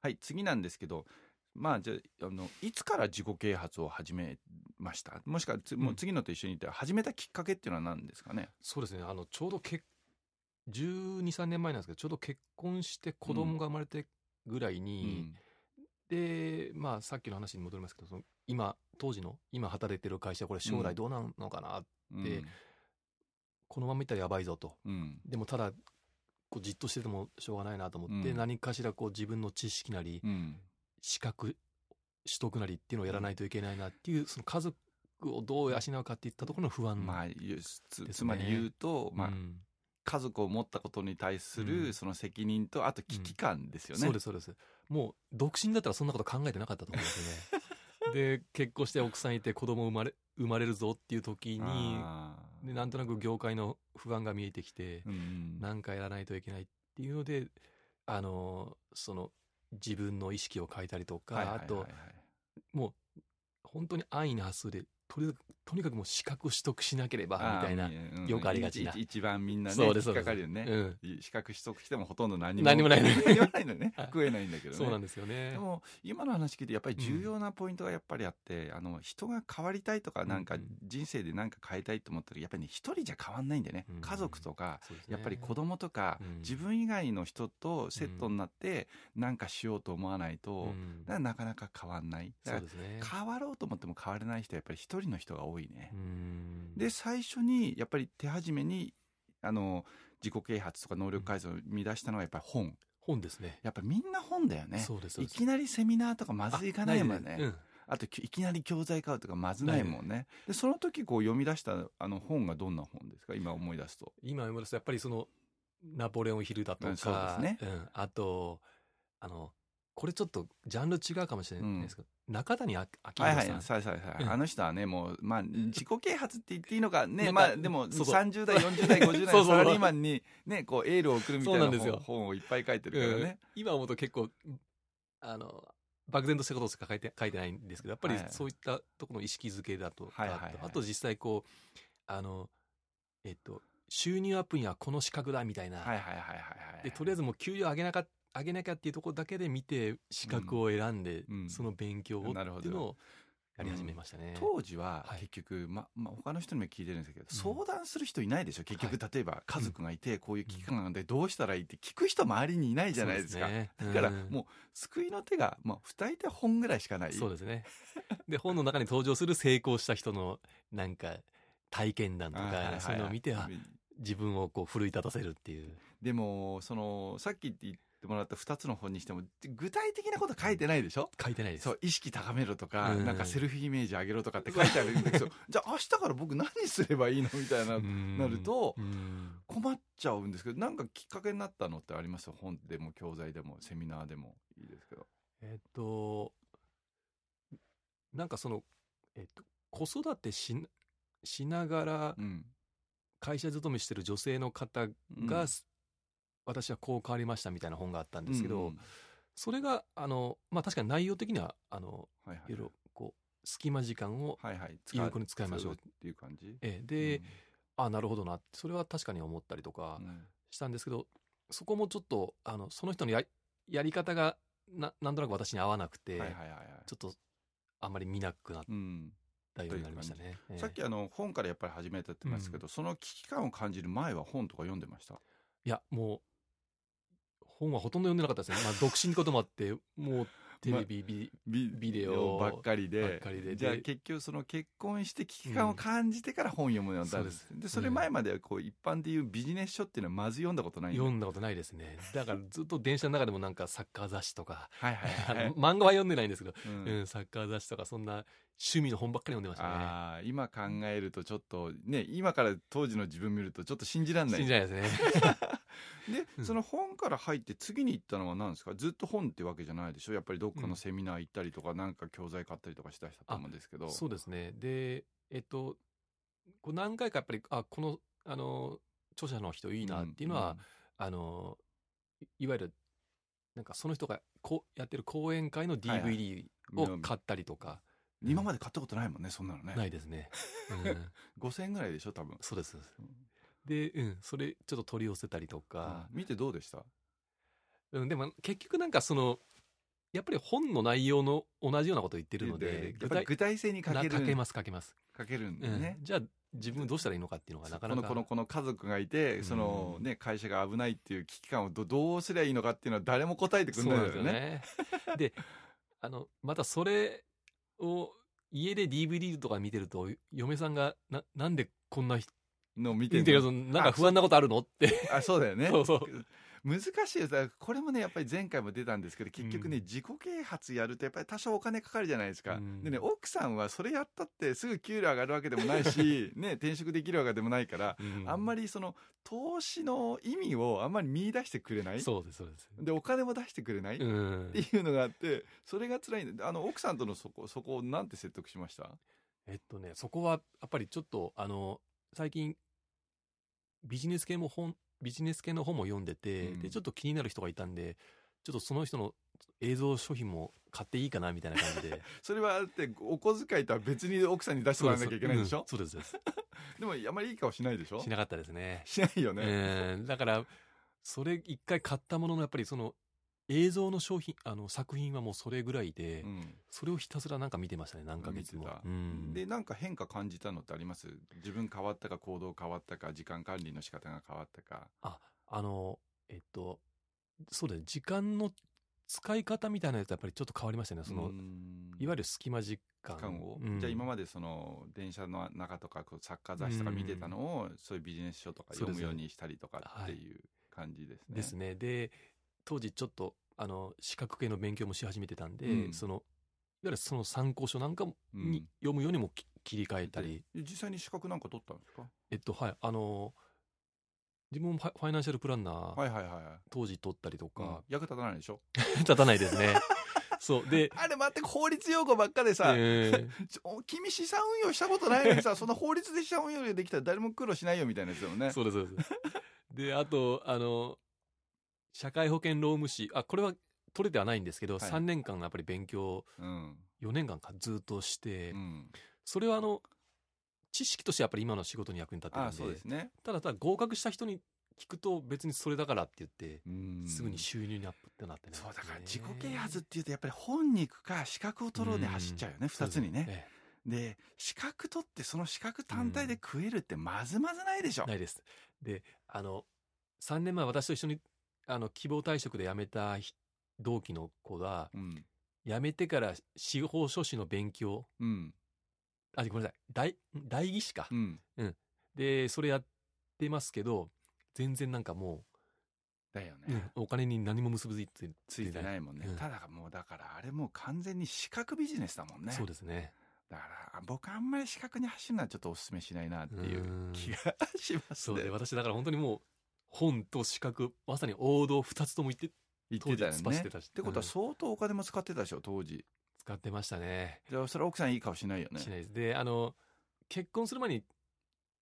はい、次なんですけど、まあ、じゃあ、あの、いつから自己啓発を始めましたもしくはつ、もう次のと一緒にいて、始めたきっかけっていうのは何ですかね。そうですね。あの、ちょうど結、12、3年前なんですけど、ちょうど結婚して子供が生まれてぐらいに、うん、で、まあ、さっきの話に戻りますけど、その今、当時の、今働いてる会社、これ将来どうなるのかなって、うん、このままいったらやばいぞと。うん、でも、ただ、こうじっとしててもしょうがないなと思って、何かしらこう自分の知識なり、資格取得なりっていうのをやらないといけないなっていう、その家族をどう養うかっていったところの不安、ね、まあ、つつまり言うと、まあ、うん、家族を持ったことに対するその責任と、あと危機感ですよね、うんうん、そうです、そうです。もう、独身だったらそんなこと考えてなかったと思うんですよ ね。で、結婚して奥さんいて子供生まれ、生まれるぞっていう時に、で、なんとなく業界の不安が見えてきて、何かやらないといけないっていうので、あの、その、自分の意識を変えたりとか、あと、もう、本当に安易な発想で、とりとにかくもう資格取得しなければ、みたいな、よくありがちな。一番みんなね、そうです引っかかるよね、資格取得してもほとんど何も。何もない。言わないの ね。食えないんだけどそうなんですよね。でも、今の話聞いて、やっぱり重要なポイントがやっぱりあって、あの、人が変わりたいとか、なんか、人生でなんか変えたいと思ったら、やっぱりね、一人じゃ変わんないんだよね。家族とか、やっぱり子供とか、自分以外の人とセットになって、なんかしようと思わないと、なかなか変わんない。そうですね。変わろうと思っても変われない人は、やっぱり一人の人が多いね。で最初にやっぱり手始めにあの自己啓発とか能力改造を見出したのはやっぱり本。本ですね。やっぱみんな本だよね。いきなりセミナーとかまずいかないもんね。あ,うん、あといきなり教材買うとかまずないもんね。でその時こう読み出したあの本がどんな本ですか今思い出すと。今思い出すとやっぱりそのナポレオンヒルだとか、そうですね、うん、あとあのこれちょっとジャンル違うかもしれないですけど、うん、中谷明さん。はいはい、はいはいはい。あの人はね、もう、まあ、自己啓発って言っていいのかね、まあ、でも、30代、40代、50代の サラリーマンに、ね、こう、エールを送るみたいな本本をいっぱい書いてるからね。うん、今思うと結構、あの、漠然としたことしか書いて書いてないんですけど、やっぱりそういったところの意識づけだとか、あと実際こう、あの、えっと、収入アップにはこの資格だみたいな。はいはいはいはい。、で、とりあえずもう給料上げなかった。上げなきゃっていうところだけで見て資格を選んで、その勉強をっていうのをやり始めましたね、うんうん当時は結局、はいままあ、他の人にも聞いてるんですけど、うん、相談する人いないでしょ結局例えば家族がいてこういう危機感なんでどうしたらいいって聞く人周りにいないじゃないですか、ね、だからもう救いの手が、まあ、2人で本ぐらいしかないそうですねで本の中に登場する成功した人のなんか体験談とかそういうのを見ては自分をこう奮い立たせるっていうでもそのさっき言ってもらった2つの本にしても具体的なこと書いてないでしょ書いてないですそう意識高めろとか、なんかセルフイメージ上げろとかって書いてあるんだけ どじゃあ明日から僕何すればいいのみたいななると困っちゃうんですけどなんかきっかけになったのってあります本でも教材でもセミナーでもいいですけど。えっとなんかその、えっと、子育てししながら会社勤めしてる女性の方が、うん、私はこう変わりましたみたいな本があったんですけど、うんうん、それがあの、まあ、確かに内容的にはあの、はいはい、いろいろこう隙間時間を有効に使いましょうっていう感じ、ええ、で、うん、あなるほどなそれは確かに思ったりとかしたんですけど、うん、そこもちょっとあのその人のややり方がななんとなく私に合わなくて、ちょっとあんまり見なくなって。うんたようになりましたね、さっきあの本からやっぱり始めたって言いますけど、その危機感を感じる前は本とか読んでましたいやもう本はほとんど読んでなかったですね。まあ、独身こともあって、 もう、テレビ、ビビデオばっかりで。じゃあ結局その結婚して危機感を感じてから本読むようになったんです。で、それ前まではこう一般でいうビジネス書っていうのはまず読んだことない、読んだことないですね。だからずっと電車の中でもなんかサッカー雑誌とか、は いはい漫画は読んでないんですけど、うんサッカー雑誌とかそんな趣味の本ばっかり読んでましたね。ああ、今考えるとちょっと、ね、今から当時の自分見るとちょっと信じられない。信じられないですね。で、うん、その本から入って次に行ったのは何ですかずっと本ってわけじゃないでしょやっぱりどっかのセミナー行ったりとか、うん、なんか教材買ったりとかした人と思うんですけどそうですねでえっとこう何回かやっぱりあこのあの著者の人いいなっていうのは、うんうん、あのいわゆるなんかその人がこやってる講演会の DVD を買ったりとか。はいはい今まで買ったことないもんね、そんなのね。ないですね。うん、5000円ぐらいでしょ、多分。そうです。で、うん、それちょっと取り寄せたりとか。うん、見てどうでしたうん、でも結局なんかその、やっぱり本の内容の同じようなことを言ってるので、やっぱり具体性にか欠けるけますかけます、かけるんうでんね。じゃあ自分どうしたらいいのかっていうのがなこかなのかこのこの家族がいて、そのうんね、会社が危ないっていう危機感をどどうすりゃいいのかっていうのは誰も答えてくれないのよね。そうなんですよねであのまたそれを家で DVD とか見てると嫁さんがななんでこんな人のを見て見てるとなんか不安なことあるのってあそうだよね そうそう難しいですだからこれもねやっぱり前回も出たんですけど結局ね、うん自己啓発やるとやっぱり多少お金かかるじゃないですか、うんでね奥さんはそれやったってすぐ給料上がるわけでもないし、 ね、転職できるわけでもないから、あんまりりその投資の意味をあんまり見出してくれないそうですそうですでお金も出してくれない、うっんていうのがあってそれが辛いんであの奥さんとのそこそこをなんて説得しましたえっとねそこはやっぱりちょっとあの最近ビジネス系も本ビジネス系の本も読んでて、うんでちょっと気になる人がいたんでちょっとその人の映像商品も買っていいかなみたいな 感じでそれはだってお小遣いとは別に奥さんに出してもらわなきゃいけないでしょそうです、うんそうですそうでもあまりいい顔しないでしょですしなかったですねしないよね、えーだからそれ一回買ったもののやっぱりその映像の商品あの作品はもうそれぐらいで、うんそれをひたすらなんか見てましたね何ヶ月も見てたうんでなんか変化感じたのってあります自分変わったか行動変わったか時間管理の仕方が変わったかああのえっとそうだね時間の使い方みたいなやつやっぱりちょっと変わりましたねその、いわるゆる隙間時間期間を、うんじゃあ今までその電車の中とかこうサッカー雑誌とか見てたのを、そういうビジネス書とかそう読ですむようにしたりとかっていう感じですね。ですねで当時ちょっとあの資格系の勉強もし始めてたんで、うんそのいわゆるその参考書なんかもうんに読むようにもき切り替えたり、で実際に資格なんか取ったんですかえっと、はい、あの、自分もファファイナンシャルプランナー、はいはいはいはい。当時取ったりとうんか、役立たないでしょ 立たないですね。そう。で、あれ待って法律用語ばっかでさ、えちょ君資産運用したことないのにさその法律で資産運用できたら誰も苦労しないよみたいなやつだもんね。ーそうです、そうです。 で、あと、あの、社会保険労務士、あ、これは取れてはないんですけど、はい3年間やっぱり勉強、うん4年間かずっとして、うん、それはあの、知識としてやっぱり今の仕事に役に立ってあるんあで、そうですね。ただただ合格した人に聞くと別にそれだからって言って、うんすぐに収入にアップってなってないそうだから自己啓発っていうとやっぱり本に行くか資格を取ろうで走っちゃうよねそう2でつすにね。えで資格取ってその資格単体で食えるってまずまずないでしょえ。ないです。で、あの、3年前私と一緒に、あの、希望退職で辞めたひ同期の子が、うん辞めてから司法書士の勉強、うんあ、ごめんなさい、代、代議士かう。んで、それやってますけど、全然なんかもだよう、ね。うんお金に何も結びついて、ついてないもんねう。んただもうだからあれもう完全に資格ビジネスだもんね。そうですね。だから僕あんまり資格に走るのはちょっとお勧めしないなっていううん気がしますそうねで、。私だから本当にもう、本と資格、まさに王道2つとも言って、言ってたよ当時突っね。走っっててたしことは相当お金も使ってたでしょ当時。使ってましたね。じゃあそれは奥さんいい顔しないよねし。ないです。で、あの、結婚する前に、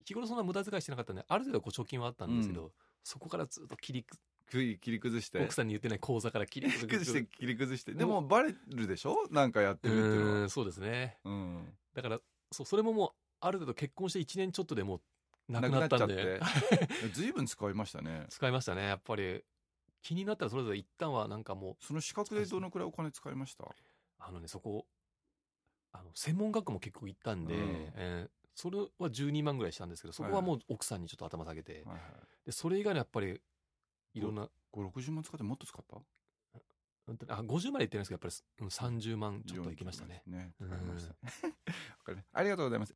日頃そんな無駄遣いしてなかったんで、ある程度こう貯金はあったんですけど、そこからずっと切りく、切り崩して。奥さんに言ってない口座から切 り切り崩して切り崩してでももバレるでしょなんかやってうるっていうのーはん、そうですね。うんだから、そう、それももう、ある程度結婚して1年ちょっとでもう、ななくくななっっちたゃんっでて、 ずいぶん使いましたね使いましたね、やっぱり。気になったら、それぞれ一旦はなんかもう、その資格でどのくらいお金使いましたあのね、そこ、あの、専門学校も結構行ったんで、うんえーそれは12万ぐらいしたんですけど、そこはもう奥さんにちょっと頭下げて、はいはいで、それ以外のやっぱり、いろんな、 560万使ってもっと使った本当にあ50までいってないですけどやっぱりすうん30万ちょっといきましたね。ねう使 んいましたねわかりましたありがとうございます